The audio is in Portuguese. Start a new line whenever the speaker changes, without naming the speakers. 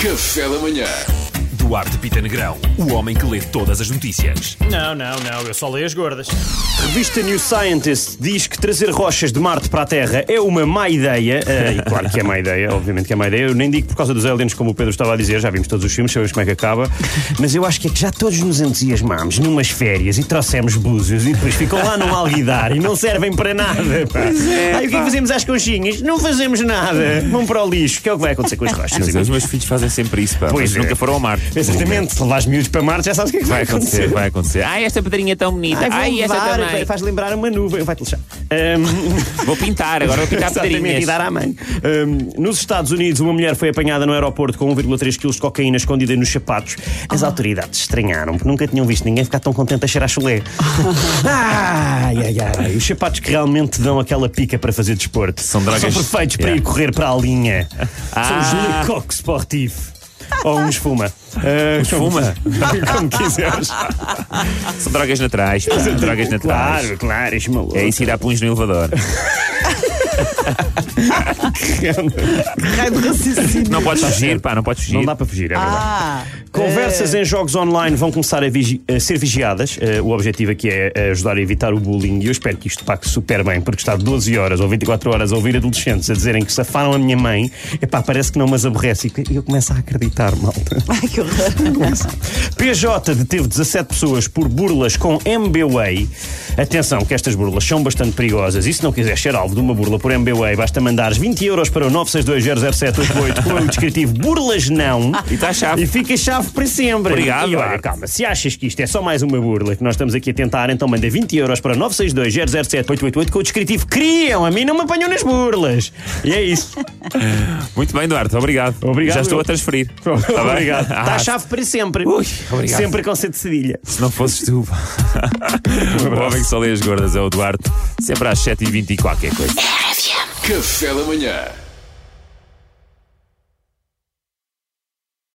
Café da Manhã.
Duarte Pita Negrão, o homem que lê todas as notícias.
Não, não, não, eu só leio as gordas.
Revista New Scientist diz que trazer rochas de Marte para a Terra é uma má ideia. Eh, e claro que é má ideia, obviamente que é má ideia. Eu nem digo por causa dos aliens, como o Pedro estava a dizer, já vimos todos os filmes, sabemos como é que acaba. Mas eu acho que é que já todos nos entusiasmámos numas férias e trouxemos búzios e depois ficam lá num alguidar e não servem para nada. Pá. Aí o que é que fazemos às conchinhas? Não fazemos nada. Vão para o lixo, que é o que vai acontecer com as rochas.
Mas os meus filhos fazem sempre isso, pá.
Pois
Mas
é.
nunca foram ao mar.
Exatamente, se levares miúdos para Marte, já sabes o que é que
Vai acontecer, vai acontecer. Ai, esta pedrinha é tão bonita.
Ai, vou
Ai, esta
levar,
também.
faz lembrar uma nuvem, vai-te lixar. Ahm,
Vou pintar, agora vou pintar
Exatamente,
pedrinhas.
e dar à mãe. Um, nos Estados Unidos, uma mulher foi apanhada no aeroporto com 1,3 kg de cocaína escondida nos sapatos. As
Ah.
autoridades estranharam, porque nunca tinham visto ninguém ficar tão contente a cheirar chulé. ai, ai, ai. Os sapatos que realmente dão aquela pica para fazer desporto.
São drogas-
perfeitos para
Yeah.
ir correr para a linha. São
Ah.
os Le Coq Sportif. Ou um esfuma. Uh,
Um
como-
Fuma.
como quiseres.
São drogas naturais, pá. Drogas naturais.
Claro, claro, esmou.
É isso ir a punhos no elevador.
Raio de raciocínio.
Não podes fugir, pá, não podes fugir.
Não dá para fugir, é verdade.
Ah,
Conversas em jogos online vão começar a, vigi- a ser vigiadas. Eh, o objetivo aqui é eh, ajudar a evitar o bullying e eu espero que isto pague super bem, porque estar 12 horas ou 24 horas a ouvir adolescentes a dizerem que safaram a minha mãe, epá, parece que não mas aborrece. E que- eu começo a acreditar, malta.
ai que horror.
PJ deteve 17 pessoas por burlas com MBWay. Atenção, que estas burlas são bastante perigosas e se não quiseres ser alvo de uma burla por MBWay, basta mandares 20 euros para o 962000788 com o descritivo burlas não
E tá chave.
e fica chave para sempre.
Obrigado,
E olha,
Bart.
calma, se achas que isto é só mais uma burla que nós estamos aqui a tentar, então manda 20 euros para o 962007888 com o descritivo criam, a mim não me apanham nas burlas. E é isso.
Muito bem, Duarte, obrigado.
Obrigado,
Já estou
eu.
a transferir. Tá bem?
obrigado.
Ah,
Está a chave para sempre.
Ui, obrigado.
Sempre com C de cedilha.
Se não fosses tu. pá. o homem que só lê as gordas é o Duarte. Sempre às 7h20 e qualquer coisa.
Café da Manhã.